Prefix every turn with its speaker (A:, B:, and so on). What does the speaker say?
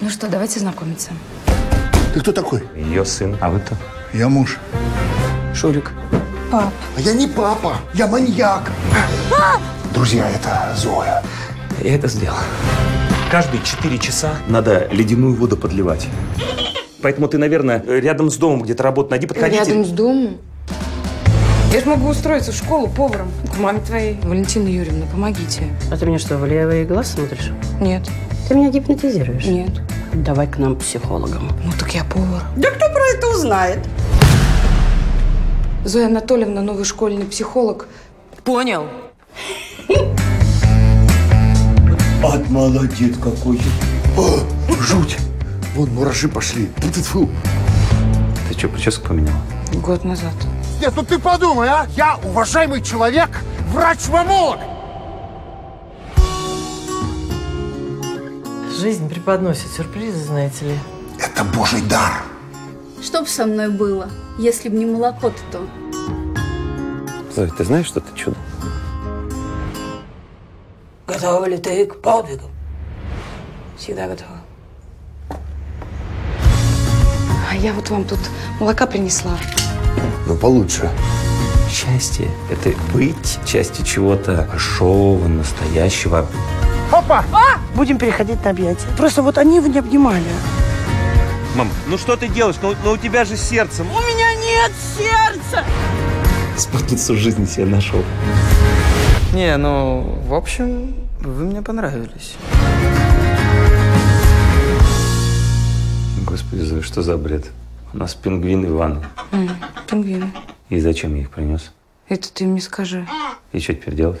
A: Ну что, давайте знакомиться.
B: Ты кто такой?
C: Ее сын. А вы-то?
B: Я муж.
A: Шурик.
B: А я не папа, я маньяк. Друзья, это Зоя.
C: Я это сделал. Каждые 4 часа надо ледяную воду подливать. Поэтому ты, наверное, рядом с домом где-то работа найди, подходите.
A: Рядом с домом. Я ж могу устроиться в школу поваром. К маме твоей. Валентина Юрьевна, помогите.
D: А ты мне что, в левый глаз смотришь?
A: Нет,
D: Ты меня гипнотизируешь?
A: нет.
D: Давай к нам психологам.
A: Ну так я повар.
D: Да кто про это узнает?
A: Зоя Анатольевна, новый школьный психолог.
D: Понял.
B: От молодец какой. О, жуть. Вон мураши пошли. Тьфу.
C: Ты что, прическу поменяла?
A: Год назад.
B: Нет, ну ты подумай, а? Я уважаемый человек, врач-мамолог.
E: Жизнь преподносит сюрпризы, знаете ли.
B: Это божий дар.
F: Что бы со мной было, если бы не молоко-то? то?
C: Зоя, ты знаешь, что ты чудо?
D: Готова ли ты к подвигу? Всегда готова.
A: А я вот вам тут молока принесла.
B: Ну, получше.
C: Счастье – это быть частью чего-то большого, настоящего.
E: А? Будем переходить на объятия. Просто вот они его не обнимали.
G: Мам, ну что ты делаешь? Ну, ну у тебя же сердце.
C: Спутницу жизни себе нашел.
H: Не, ну, в общем, вы мне понравились.
C: Господи, Зоя, что за бред? У нас пингвины в ванной.
A: Пингвины.
C: И зачем я их принес?
A: Это ты мне скажи.
C: И что теперь делать?